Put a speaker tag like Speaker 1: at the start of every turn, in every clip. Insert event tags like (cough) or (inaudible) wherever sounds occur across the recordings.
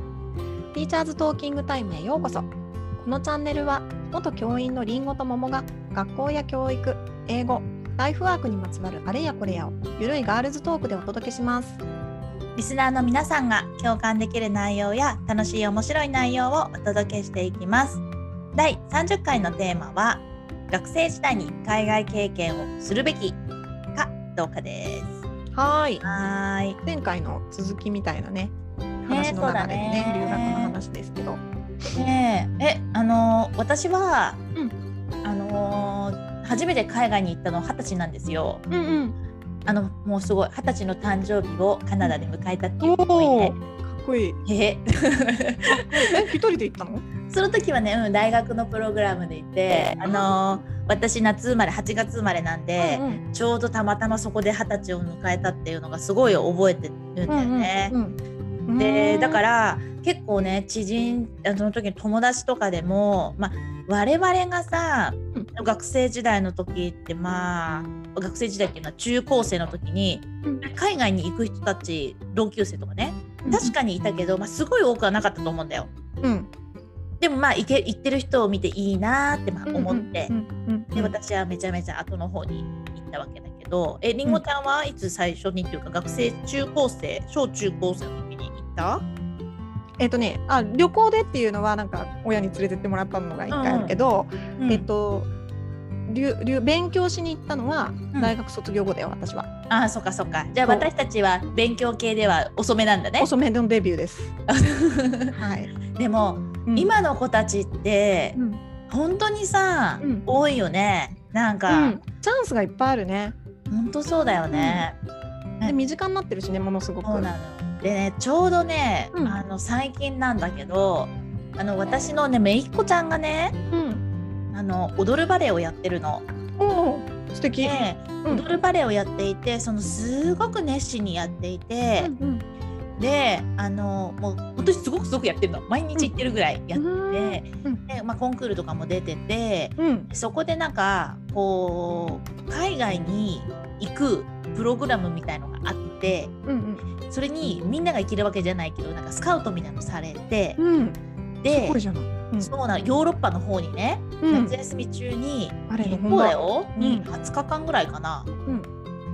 Speaker 1: ーチャーズトーキングタイムへようこそこのチャンネルは元教員のりんごと桃が学校や教育英語ライフワークにまつわるあれやこれやをゆるいガールズトークでお届けします
Speaker 2: リスナーの皆さんが共感できる内容や楽しい面白い内容をお届けしていきます。第30回のテーマは学生時代に海外経験をするべきかどうかです。
Speaker 1: はーい
Speaker 2: はーい。
Speaker 1: 前回の続きみたいなね話の中でね
Speaker 2: そうだね
Speaker 1: 留学の話ですけど
Speaker 2: ねえ、えあのー私は、
Speaker 1: う
Speaker 2: あのー初めて海外に行ったのは二十歳なんですよ。
Speaker 1: うんうん
Speaker 2: あのもうすごい二十歳の誕生日をカナダで迎えたっていう
Speaker 1: お
Speaker 2: 思
Speaker 1: おかっこいい
Speaker 2: いで、へ
Speaker 1: え
Speaker 2: へ
Speaker 1: 一人で行った
Speaker 2: (laughs)
Speaker 1: の
Speaker 2: その時はね、うん、大学のプログラムでいて、あのー私夏生まれ8月生まれなんで、
Speaker 1: うん
Speaker 2: ちょうどたまたまそこで二十歳を迎えたっていうのがすごい覚えてるんだよね。
Speaker 1: うん
Speaker 2: でだからら結構ね知人あその時の友達とかでも、まあ、我々がさ、
Speaker 1: う
Speaker 2: 学生時代の時ってまあ学生時代っていうのは中高生の時に、
Speaker 1: うん
Speaker 2: 海外に行く人たち同級生とかね確かにいたけど、まあ、すごい多くはなかったと思うんだよ。
Speaker 1: うん
Speaker 2: でもまあ行け行ってる人を見ていいなーってまあ思って、
Speaker 1: うんうん
Speaker 2: で私はめちゃめちゃ後の方に行ったわけだけどえりんごちゃんはいつ最初にっていうか学生中高生小中高生の時に行った
Speaker 1: えっとねあ旅行でっていうのはなんか親に連れてってもらったのが一回あるけど、えっと留留勉強しに行ったのは
Speaker 2: うん
Speaker 1: 大学卒業後だよ、私は
Speaker 2: ああそっかそっかじゃあ
Speaker 1: そう
Speaker 2: 私たちは勉強系では遅めなんだね
Speaker 1: 遅めのデビューですはい、
Speaker 2: (laughs) でも、
Speaker 1: うん、
Speaker 2: 今の子たちって
Speaker 1: うん、
Speaker 2: 本当にさ、
Speaker 1: うん
Speaker 2: 多いよねなん
Speaker 1: う
Speaker 2: か、
Speaker 1: んチャンスがいっぱいあるね
Speaker 2: 本当そうだよね、
Speaker 1: で身近になってるしねものすごく
Speaker 2: そうなのでねちょうどね、
Speaker 1: うん
Speaker 2: あの最近なんだけどあの私のねめいっ子ちゃんがね
Speaker 1: うん
Speaker 2: あの踊るバレエをやってるの。
Speaker 1: おお素敵、
Speaker 2: で、
Speaker 1: うん
Speaker 2: 踊るバレエをやっていてそのすごく熱心にやっていて、
Speaker 1: うん
Speaker 2: であのもう本当にすごくすごくやってるの毎日行ってるぐらいやってて、
Speaker 1: うん
Speaker 2: でまあ、コンクールとかも出てて
Speaker 1: うんうん
Speaker 2: そこでなんかこう海外に行くプログラムみたいのがあって
Speaker 1: うん
Speaker 2: それにみんなが行けるわけじゃないけどなんかスカウトみたいなのされて、
Speaker 1: うんうんす
Speaker 2: で
Speaker 1: ごいじゃない、うん
Speaker 2: そうなのヨーロッパの方にね、
Speaker 1: うん
Speaker 2: 夏休み中に
Speaker 1: あれの
Speaker 2: そ
Speaker 1: 本
Speaker 2: うだ
Speaker 1: 場
Speaker 2: よ、
Speaker 1: うん
Speaker 2: に20日間ぐらいかな、
Speaker 1: ん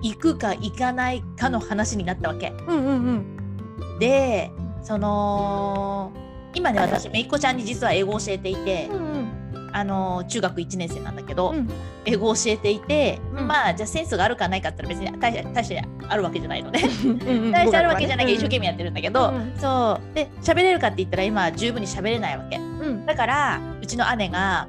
Speaker 2: 行くか行かないかの話になったわけ
Speaker 1: うんうんうん
Speaker 2: でその今ね私めいっ子ちゃんに実は英語を教えていて
Speaker 1: う、ん
Speaker 2: あのー中学1年生なんだけど、
Speaker 1: うん
Speaker 2: 英語を教えていて、
Speaker 1: うん
Speaker 2: まあじゃあセンスがあるかないかって言ったら別に大して大してあるわけじゃないので
Speaker 1: うん
Speaker 2: 大してあるわけじゃなきゃ一生
Speaker 1: 命
Speaker 2: 懸命やってるんだけど、
Speaker 1: うん
Speaker 2: そうで喋れるかって言ったら今は十分に喋れないわけ
Speaker 1: うん
Speaker 2: だからうちの姉が「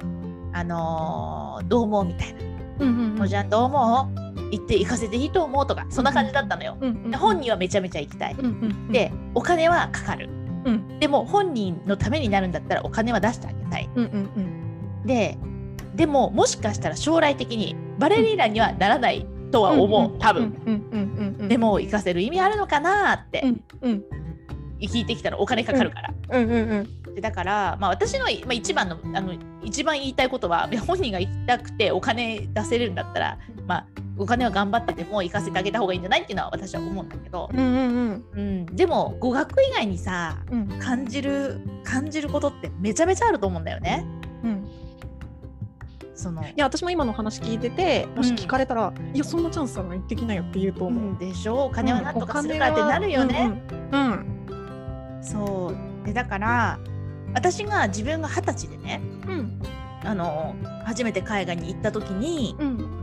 Speaker 2: あのーどう思う?」みたいな
Speaker 1: うんうん
Speaker 2: もうじゃあどう思う行って行かせていいと思うとかそんな感じだったのよ。
Speaker 1: うんうん
Speaker 2: 本人はめちゃめちゃ行きたい。
Speaker 1: うんうん
Speaker 2: でお金はかかる。
Speaker 1: うん
Speaker 2: でも本人のためになるんだったらお金は出してあげたい。
Speaker 1: うんうん
Speaker 2: ででももしかしたら将来的にバレリーナにはならないとは
Speaker 1: うん
Speaker 2: 思う多
Speaker 1: うんうんうん
Speaker 2: 分。
Speaker 1: うんうん
Speaker 2: でも行かせる意味あるのかなって
Speaker 1: うんうん
Speaker 2: 聞いてきたらお金かかるから。
Speaker 1: うんうんうん
Speaker 2: でだから、まあ、私の、まあ、一番のあの一番言いたいことは本人が行きたくてお金出せるんだったら、まあ、お金は頑張ってても行かせてあげた方がいいんじゃないっていうのは私は思うんだけど、
Speaker 1: うんうん
Speaker 2: うん、でも語学以外にさ
Speaker 1: うん
Speaker 2: 感じる感じることってめちゃめちゃあると思うんだよね。
Speaker 1: うん
Speaker 2: その
Speaker 1: いや私も今の話聞いててもし聞かれたら、いやそんなチャンスなら行ってきなよって言うと
Speaker 2: う
Speaker 1: 思う、
Speaker 2: んでしょうお
Speaker 1: お
Speaker 2: 金はなんとかするからってなるよね。
Speaker 1: 金はうん
Speaker 2: そうでだから私が自分が二十歳でね
Speaker 1: うん
Speaker 2: あの初めて海外に行った時に、
Speaker 1: うん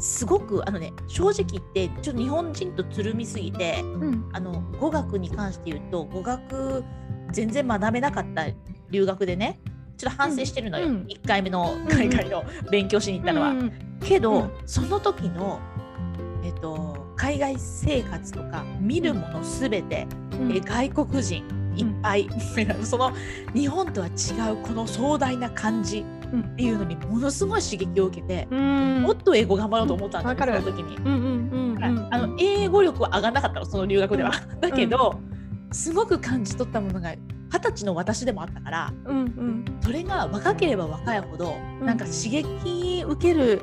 Speaker 2: すごくあのね正直言ってちょっと日本人とつるみすぎて
Speaker 1: うん
Speaker 2: あの語学に関して言うと語学全然学べなかった留学でねちょっと反省してるのよ、
Speaker 1: うん
Speaker 2: 1回目の海外の勉強しに行ったのは。
Speaker 1: うん
Speaker 2: けど、
Speaker 1: うん
Speaker 2: その時の、えっと、海外生活とか見るものすべて、
Speaker 1: うん
Speaker 2: え外国人いっぱい、 (laughs) その日本とは違うこの壮大な感じっていうのにものすごい刺激を受けて。
Speaker 1: うん
Speaker 2: もっと英語頑張ろうと思ったんだ
Speaker 1: わか
Speaker 2: けど、
Speaker 1: る
Speaker 2: その時に。
Speaker 1: うんうんうんうんうん
Speaker 2: あの英語力は上がらなかったのその留学では。だけど、すごく感じ取ったものが二十歳の私でもあったから
Speaker 1: うんうん
Speaker 2: それが若ければ若いほど、
Speaker 1: うん
Speaker 2: なんか刺激受ける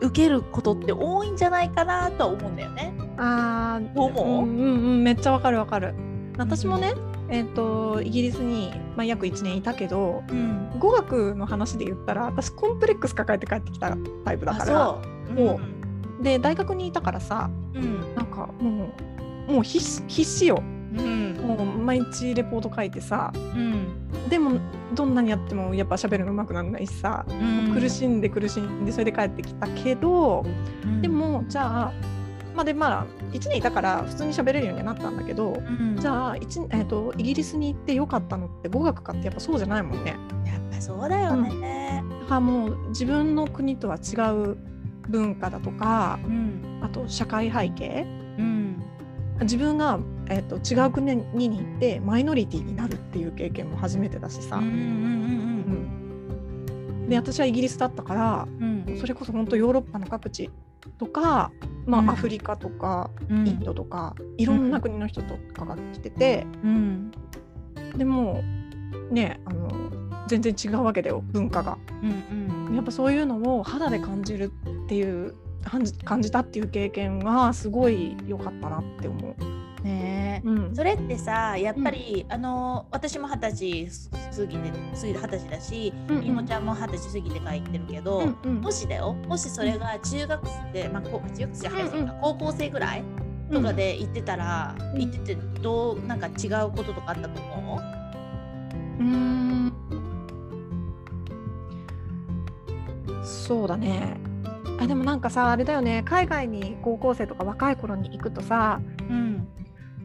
Speaker 2: 受けることって多いんじゃないかなとは思うんだよね。
Speaker 1: あー
Speaker 2: どう思う
Speaker 1: うんうんうんめっちゃわかるわかる私もね、えっとイギリスに、まあ、約1年いたけど
Speaker 2: うん、
Speaker 1: 語学の話で言ったら私コンプレックス抱えて帰ってきたタイプだ
Speaker 2: あ
Speaker 1: から
Speaker 2: そう
Speaker 1: もで大学にいたからさ
Speaker 2: うん
Speaker 1: なんかもうもう必死必死よ
Speaker 2: うん
Speaker 1: もう毎日レポート書いてさ
Speaker 2: うん
Speaker 1: でもどんなにやってもやっぱ喋るのうまくならないしさ
Speaker 2: うん
Speaker 1: 苦しんで苦しんでそれで帰ってきたけどでもじゃあまあでまあ1年いたから普通に喋れるようにはなったんだけど
Speaker 2: うん
Speaker 1: じゃあ、一えー、とイギリスに行ってよかったのって語学かってやっぱそうじゃないもんね。
Speaker 2: やっぱそうだよね
Speaker 1: だからもう自分の国とは違う文化だとか
Speaker 2: うん
Speaker 1: あと社会背景
Speaker 2: うん
Speaker 1: 自分が、えー、と違う国に行ってマイノリティになるっていう経験も初めてだしさ、
Speaker 2: うんうん
Speaker 1: うんで私はイギリスだったから
Speaker 2: うんうん
Speaker 1: それこそ本当ヨーロッパの各地とか、ま
Speaker 2: うん
Speaker 1: あ、アフリカとか
Speaker 2: うん
Speaker 1: インドとか、いろんな国の人とかが来てて、
Speaker 2: うん
Speaker 1: でもうねあの全然違うわけだよ文化が。
Speaker 2: うん
Speaker 1: やっぱそういうのを肌で感じるっていう感じ感じたっていう経験はすごい良かったなって思う。
Speaker 2: うんねえ
Speaker 1: うん
Speaker 2: それってさやっぱり、あの私も二十歳過ぎて過ぎて二十歳だし、
Speaker 1: うん
Speaker 2: みもちゃんも二十歳過ぎてから行ってるけど、
Speaker 1: うんうん
Speaker 2: もしだよもしそれが中学生、まあ、こう中学生じゃないです
Speaker 1: うん
Speaker 2: か高校生ぐらいとかで行ってたら、
Speaker 1: うん
Speaker 2: 行っててどうなんか違うこととかあったと思う
Speaker 1: うーんそうだねあでもなんかさあれだよね海外に高校生とか若い頃に行くとさ
Speaker 2: うん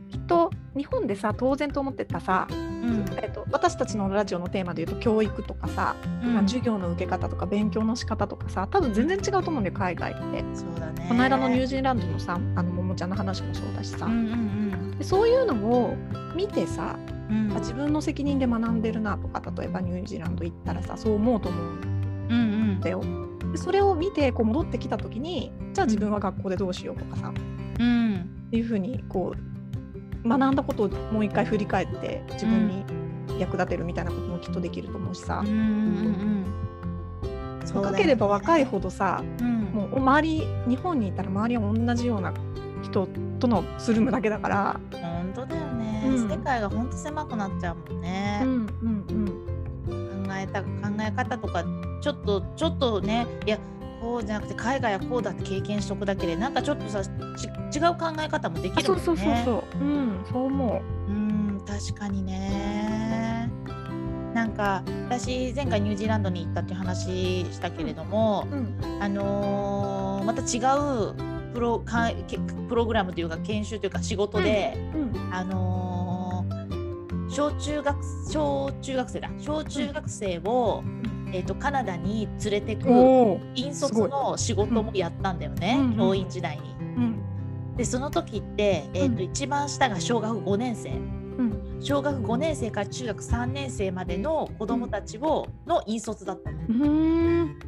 Speaker 1: きっと日本でさ当然と思ってたさ、
Speaker 2: うん
Speaker 1: えっと私たちのラジオのテーマで言うと教育とかさ、まあ授業の受け方とか勉強の仕方とかさ多分全然違うと思うんだよ海外って。
Speaker 2: そうだね
Speaker 1: この間のニュー
Speaker 2: ジ
Speaker 1: ジーランドのさあのももちゃんの話もそうだしさ、
Speaker 2: うんうん
Speaker 1: でそういうのを見てさ
Speaker 2: うんうん
Speaker 1: あ自分の責任で学んでるなとか例えばニュージーランド行ったらさそう思うと思うん
Speaker 2: うん
Speaker 1: だよ。でそれを見てこう戻ってきた時にじゃあ自分は学校でどうしようとかさっ
Speaker 2: うん
Speaker 1: ていうふうにこう学んだことをもう一回振り返って自分に役立てるみたいなこともきっとできると思うしさ
Speaker 2: うんうんう、んうんそうだ
Speaker 1: 若
Speaker 2: ね
Speaker 1: ければ若いほどさ
Speaker 2: うん
Speaker 1: もう周り日本にいたら周りは同じような人とのつるむだけだから。
Speaker 2: 本当だよね、
Speaker 1: うん
Speaker 2: 世界が本当狭くなっちゃうもんね、
Speaker 1: うんうん
Speaker 2: 考えた考え方とかちょっとちょっとねいやこうじゃなくて海外はこうだって経験しとくだけでなんかちょっとさち違う考え方もできる
Speaker 1: そ
Speaker 2: も
Speaker 1: う
Speaker 2: んね
Speaker 1: そうそうそう。うん、そう思
Speaker 2: うん確かにねなんか私前回ニュージーランドに行ったっていう話したけれども
Speaker 1: う。、うん、
Speaker 2: あのーまた違うプロかけプログラムというか研修というか仕事で、
Speaker 1: うん、
Speaker 2: あのー小中学小中学生だ小中学生を、えー、とカナダに連れてく
Speaker 1: おお、
Speaker 2: 引率の仕事もやったんだよね、
Speaker 1: うん
Speaker 2: 教員時代に。
Speaker 1: うん、
Speaker 2: でその時って、えーと
Speaker 1: うん
Speaker 2: 一番下が小学5年生、
Speaker 1: ん
Speaker 2: 小学5年生から中学3年生までの子供たちを、の引率だったの。
Speaker 1: うん、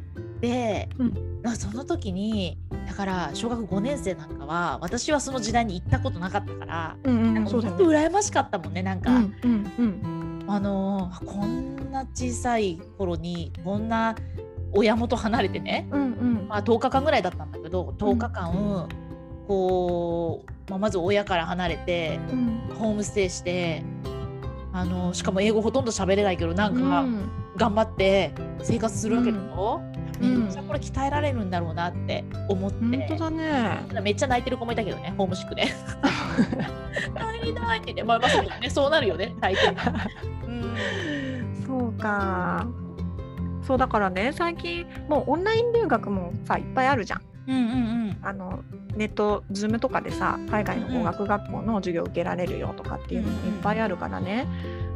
Speaker 2: で、
Speaker 1: うん
Speaker 2: まあ、その時にだから小学5年生なんかは私はその時代に行ったことなかったから。
Speaker 1: うん、
Speaker 2: な
Speaker 1: うんん、
Speaker 2: か
Speaker 1: そうだ
Speaker 2: 本
Speaker 1: よ
Speaker 2: 当
Speaker 1: ね。
Speaker 2: 羨ましかったもんねなん
Speaker 1: う
Speaker 2: か、
Speaker 1: ん、うん、うん、
Speaker 2: あのーこんな小さい頃にこんな親元離れてね、
Speaker 1: うん、うん、
Speaker 2: まあ、10日間ぐらいだったんだけど10日間、こう、まあ、まず親から離れて
Speaker 1: うん、
Speaker 2: ホームステイして、あのーしかも英語ほとんど喋れないけどなんか頑張って生活するわけだよ、
Speaker 1: うん
Speaker 2: めっちゃこれ鍛えられるんだろうなって思っ
Speaker 1: 本
Speaker 2: て。
Speaker 1: 当だね。
Speaker 2: ただめっちゃ泣いてる子もいたけどね、ホームシ
Speaker 1: (laughs)
Speaker 2: ックで。 (laughs) 帰りたいって言って、まあまあそうだね、そうなるよね、大抵。
Speaker 1: (laughs)
Speaker 2: うん
Speaker 1: そうか。そうだからね、最近もうオンライン留学もさ、いっぱいあるじゃん。
Speaker 2: うんうん
Speaker 1: あのネット、ズームとかでさ、海外の語学学校の授業受けられるよとかっていうのもいっぱいあるからね。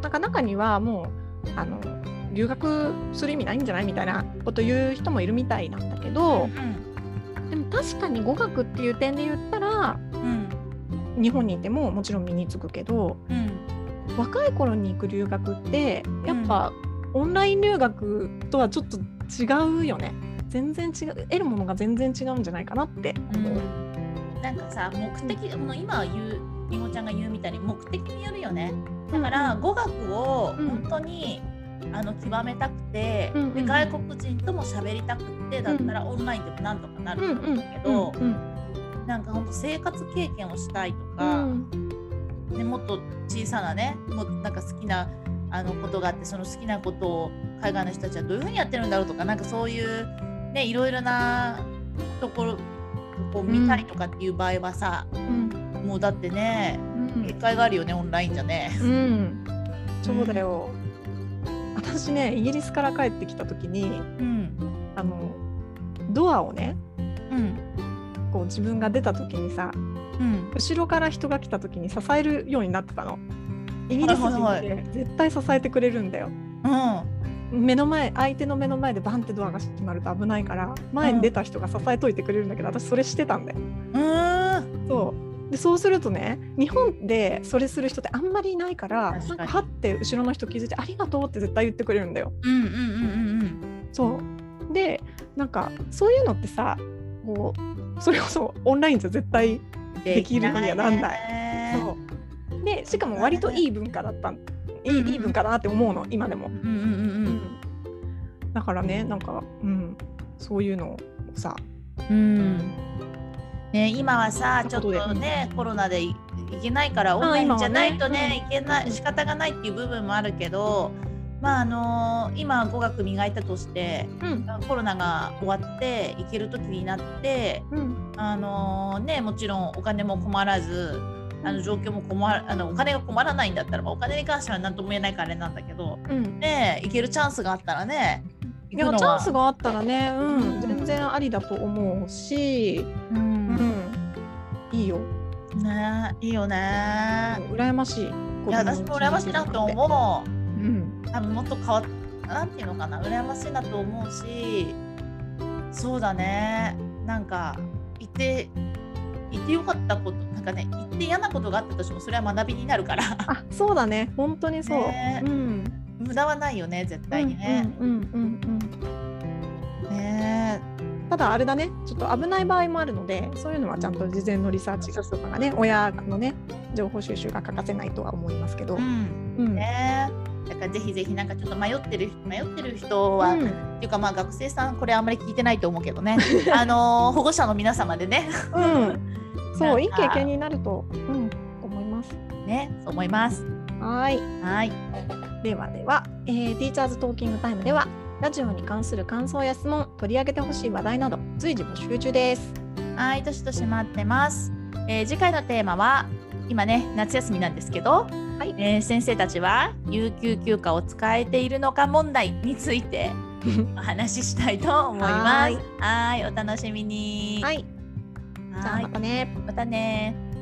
Speaker 1: なんか中にはもうあの留学する意味ないんじゃないみたいなこと言う人もいるみたいなんだけ
Speaker 2: うん。
Speaker 1: ど、でも確かに語学っていう点で言ったら
Speaker 2: うん
Speaker 1: 日本にいてももちろん身につくけど
Speaker 2: うん。
Speaker 1: 若い頃に行く留学ってやっぱオンライン留学とはちょっと違うよね全然違う得るものが全然違うんじゃないかなって思う。
Speaker 2: なんかさ、目的、この今言う、みもちゃんが言うみたいに、目的によるよね。だから、語学を
Speaker 1: うん
Speaker 2: 本当に、あの極めたくて、
Speaker 1: うんうん
Speaker 2: で外国人とも喋りたくてだったら、オンラインでもなんとかなると思うんだけど、
Speaker 1: うんうん
Speaker 2: なんか本当生活経験をしたいと
Speaker 1: う
Speaker 2: か、
Speaker 1: ん
Speaker 2: ね、もっと小さなねもうなんか好きなあのことがあってその好きなことを海外の人たちはどういうふうにやってるんだろうとかなんかそういうねいろいろなところをこう見たりとかっていう場合はさ、
Speaker 1: うん
Speaker 2: もうだってね限界があるよねオンラインじゃね。
Speaker 1: うん、うん、そうだよ私ねイギリスから帰ってきた時に
Speaker 2: うん
Speaker 1: あのドアをね
Speaker 2: うん
Speaker 1: こう自分が出た時にさ
Speaker 2: うん
Speaker 1: 後ろから人が来た時に支えるようになってたのイギリス人
Speaker 2: は
Speaker 1: っ
Speaker 2: いはい
Speaker 1: て絶対支えてくれるんだよ
Speaker 2: うん
Speaker 1: 目の前相手の目の前でバンってドアが閉まると危ないから前に出た人が支えといてくれるんだけど、私それしてたんだよ
Speaker 2: うーん
Speaker 1: そうでそうするとね日本でそれする人ってあんまりいないから
Speaker 2: 確か
Speaker 1: なん
Speaker 2: に
Speaker 1: かはって後ろの人気づいて「ありがとう」って絶対言ってくれるんだよ。
Speaker 2: うんうんうんうん
Speaker 1: そうでなんかそういうのってさこうそれこそオンラインじゃ絶対
Speaker 2: うん
Speaker 1: できるようにはなんない
Speaker 2: いね
Speaker 1: そうでしかも割といい文化だったいいいい文化だなって思うの今でも
Speaker 2: う。んうんうんうん
Speaker 1: だからねなんか、うん、そういうのをさ
Speaker 2: うんね、今はさ
Speaker 1: と
Speaker 2: ち
Speaker 1: い
Speaker 2: ょ
Speaker 1: う
Speaker 2: っ
Speaker 1: ことで
Speaker 2: とねコロナでいいけないから
Speaker 1: ん
Speaker 2: オンライン
Speaker 1: 今
Speaker 2: じゃ
Speaker 1: はね
Speaker 2: ないとね
Speaker 1: うん
Speaker 2: いけない仕方がないっていう部分もあるけど、まああの今語学磨いたとして
Speaker 1: うん
Speaker 2: コロナが終わって行ける時になって
Speaker 1: うん
Speaker 2: あの、ね、もちろんお金も困らずあの状況も困るあのお金が困らないんだったら、まあお金に関しては何とも言えないからあれなんだけど、
Speaker 1: うん
Speaker 2: ね、行けるチャンスがあったらね
Speaker 1: いや
Speaker 2: 行くのは
Speaker 1: チャンスがあったらね、うん
Speaker 2: うん
Speaker 1: 全然ありだと思うし、
Speaker 2: う
Speaker 1: うんん、いいよ、うん、
Speaker 2: ねいいよね。
Speaker 1: 羨ましい。
Speaker 2: いや私も羨ましいなと
Speaker 1: う。
Speaker 2: 思う。
Speaker 1: うん、
Speaker 2: 多分もっと変わっなんていうのかな羨ましいなと思うしそうだねなんかいていてよかったことなんかねいて嫌なことがあったとしてもそれは学びになるから (laughs)
Speaker 1: あそうだね本当にそう。
Speaker 2: ね
Speaker 1: うん、
Speaker 2: 無駄はないよね絶対にね。
Speaker 1: うんうんうん
Speaker 2: ね
Speaker 1: うん、ただあれだねちょっと危ない場合もあるのでそういうのはちゃんと事前のリサーチとかがね親のね情報収集が欠かせないとは思いますけど、
Speaker 2: うん
Speaker 1: うん
Speaker 2: ねだからぜひぜひなんかちょっと迷ってる迷ってる人は、
Speaker 1: う
Speaker 2: っ
Speaker 1: ん
Speaker 2: ていうかまあ学生さんこれあんまり聞いてないと思うけどねあの保護者の皆様でね (laughs)
Speaker 1: うん、
Speaker 2: な
Speaker 1: そ
Speaker 2: んか
Speaker 1: う、いい経験になると、うん、思います。
Speaker 2: ねそう思います。
Speaker 1: はい、
Speaker 2: はい
Speaker 1: ではでは、えー、ティーチャーズトーキングタイムでは、ラジオに関する感想や質問、取り上げてほしい話題など、随時募集中です。
Speaker 2: はい、どしどし待ってます。えー次回のテーマは今ね夏休みなんですけど、
Speaker 1: はい
Speaker 2: えー先生たちは有給休暇を使えているのか問題につい
Speaker 1: (laughs)
Speaker 2: てお話ししたいと思います。は
Speaker 1: はいい
Speaker 2: お楽しみに。、
Speaker 1: はいい、じゃあまたね。
Speaker 2: またね。